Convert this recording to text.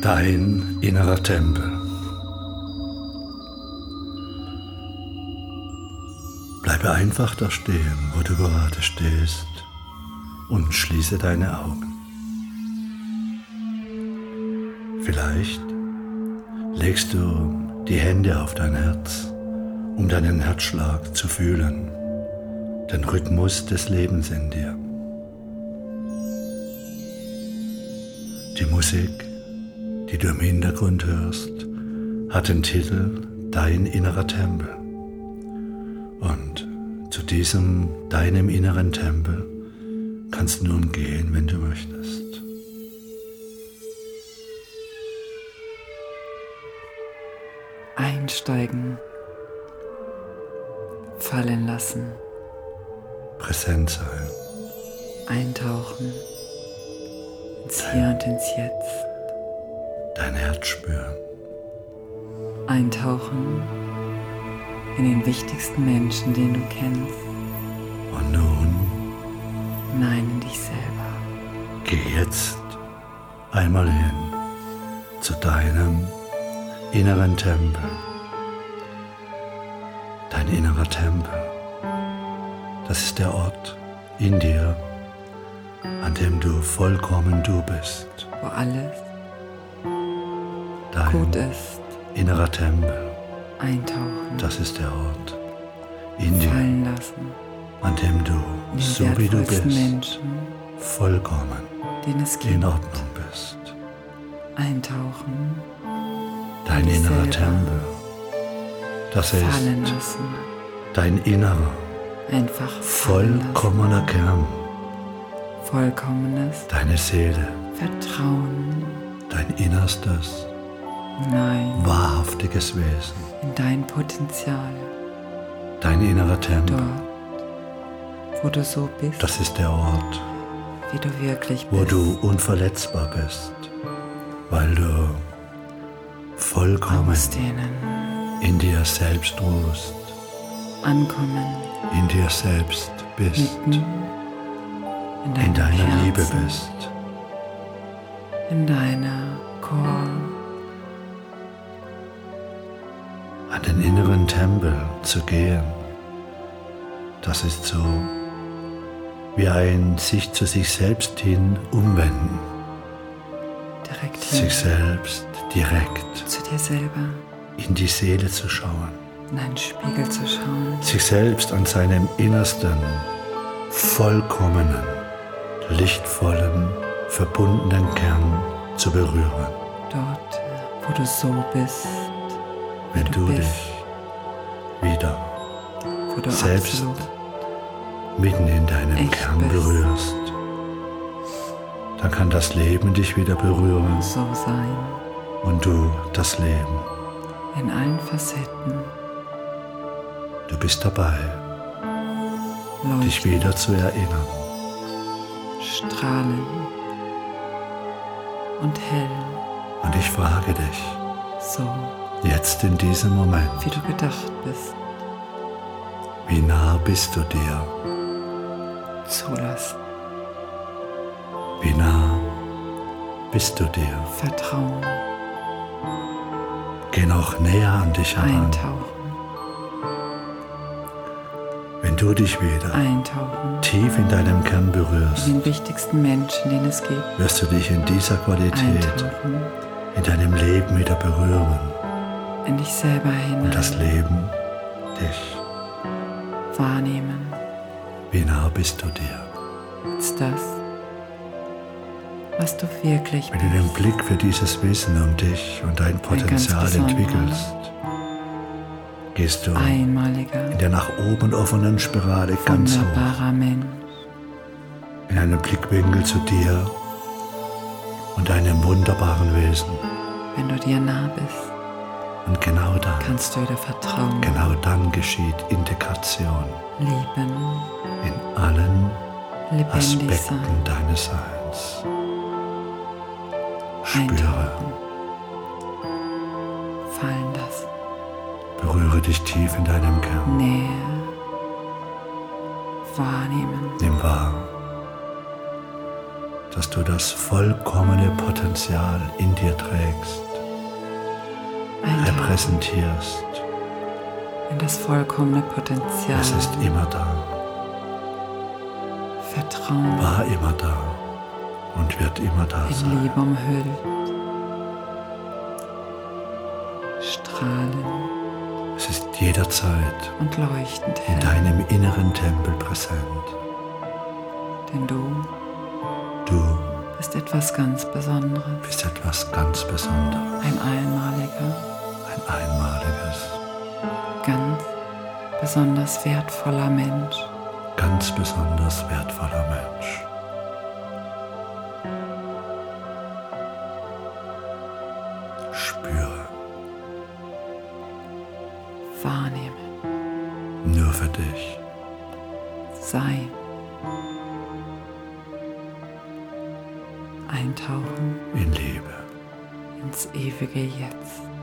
dein innerer Tempel. Bleibe einfach da stehen, wo du gerade stehst und schließe deine Augen. Vielleicht legst du die Hände auf dein Herz, um deinen Herzschlag zu fühlen, den Rhythmus des Lebens in dir. Die Musik, die du im Hintergrund hörst, hat den Titel Dein innerer Tempel. Und zu diesem deinem inneren Tempel kannst du nun gehen, wenn du möchtest. Einsteigen. Fallen lassen. Präsent sein. Eintauchen. Ins Hier und ins Jetzt. Dein Herz spüren. Eintauchen in den wichtigsten Menschen, den du kennst. Und nun Nein, in dich selber. geh jetzt einmal hin zu deinem inneren Tempel. Dein innerer Tempel. Das ist der Ort in dir, an dem du vollkommen du bist. Wo alles Dein gut ist. innerer Tempel. Eintauchen. Das ist der Ort in dir, Fallen lassen. an dem du, In den so wie du bist, wertvollsten Genau. Menschen, vollkommen den es gibt. in Ordnung bist. Eintauchen. Dein Dich innerer selber. Tempel. Das ist Fallen lassen. dein innerer, Einfach fallen lassen. vollkommener Kern, vollkommenes deine Seele, Vertrauen. dein innerstes, Nein, wahrhaftiges Wesen, in dein Potenzial. dein innerer Tempel. Dort, wo du so bist, Das ist der Ort, wie du wirklich bist. wo du unverletzbar bist, weil du vollkommen Ausdehnen, in dir selbst ruhst, ankommen, in dir selbst bist, mitten in, deinem in deiner Herzen, Liebe bist, In deiner Chor. an den inneren Tempel zu gehen. Das ist so wie ein sich zu sich selbst hin umwenden, Direkt hin sich selbst direkt zu dir selber, in die Seele zu schauen, in deinen Spiegel zu schauen, sich selbst an seinem innersten, vollkommenen, lichtvollen, verbundenen Kern zu berühren. dort, wo du so bist, wenn du du bist. dich wieder wo du Selbst- absolut mitten in deinem Ich Kern bist. berührst, dann kann das Leben dich wieder berühren so sein, und du das Leben. in allen Facetten, Du bist dabei, dich leuchten, wieder zu erinnern, strahlen und hell. und ich frage dich, So, jetzt in diesem Moment, wie du gedacht bist, wie nah bist du dir? zulassen, Wie nah bist du dir? vertrauen, Geh noch näher an dich heran, eintauchen, wenn du dich wieder eintauchen. tief in deinem Kern berührst. Den wichtigsten Menschen, den es gibt, Wirst du dich in dieser Qualität eintauchen, in deinem Leben wieder berühren in dich selber und das hinein, Leben dich. wahrnehmen, Wie nah bist du dir? als das, was du wirklich Wenn du den bist. Blick für dieses Wissen um dich und dein Potenzial besonderer. entwickelst, gehst du Einmaliger, in der nach oben offenen Spirale ganz hoch, wunderbarer Mensch, in einem Blickwinkel zu dir und deinem wunderbaren Wesen. wenn du dir nah bist, Und genau dann, kannst du wieder vertrauen, genau dann geschieht Integration lieben, in allen lebendig sein, Aspekten deines Seins. Spüre, eintauchen, fallen lassen, berühre dich tief in deinem Kern. Nähe, wahrnehmen. Nimm wahr, dass du das vollkommene Potenzial in dir trägst, Eintauchen repräsentierst. in das vollkommene Potenzial. Es ist immer da, Vertrauen war immer da und wird immer da in sein. Liebe umhüllt. Strahlen Es ist jederzeit und leuchtend in hell, deinem inneren Tempel präsent. denn du Du bist etwas ganz Besonderes, bist etwas ganz Besonderes, ein einmaliger, ein einmaliges, ganz besonders wertvoller Mensch. ganz besonders wertvoller Mensch. Spüre Wahrnehmen, nur für dich. sein. Eintauchen in Liebe, ins ewige Jetzt.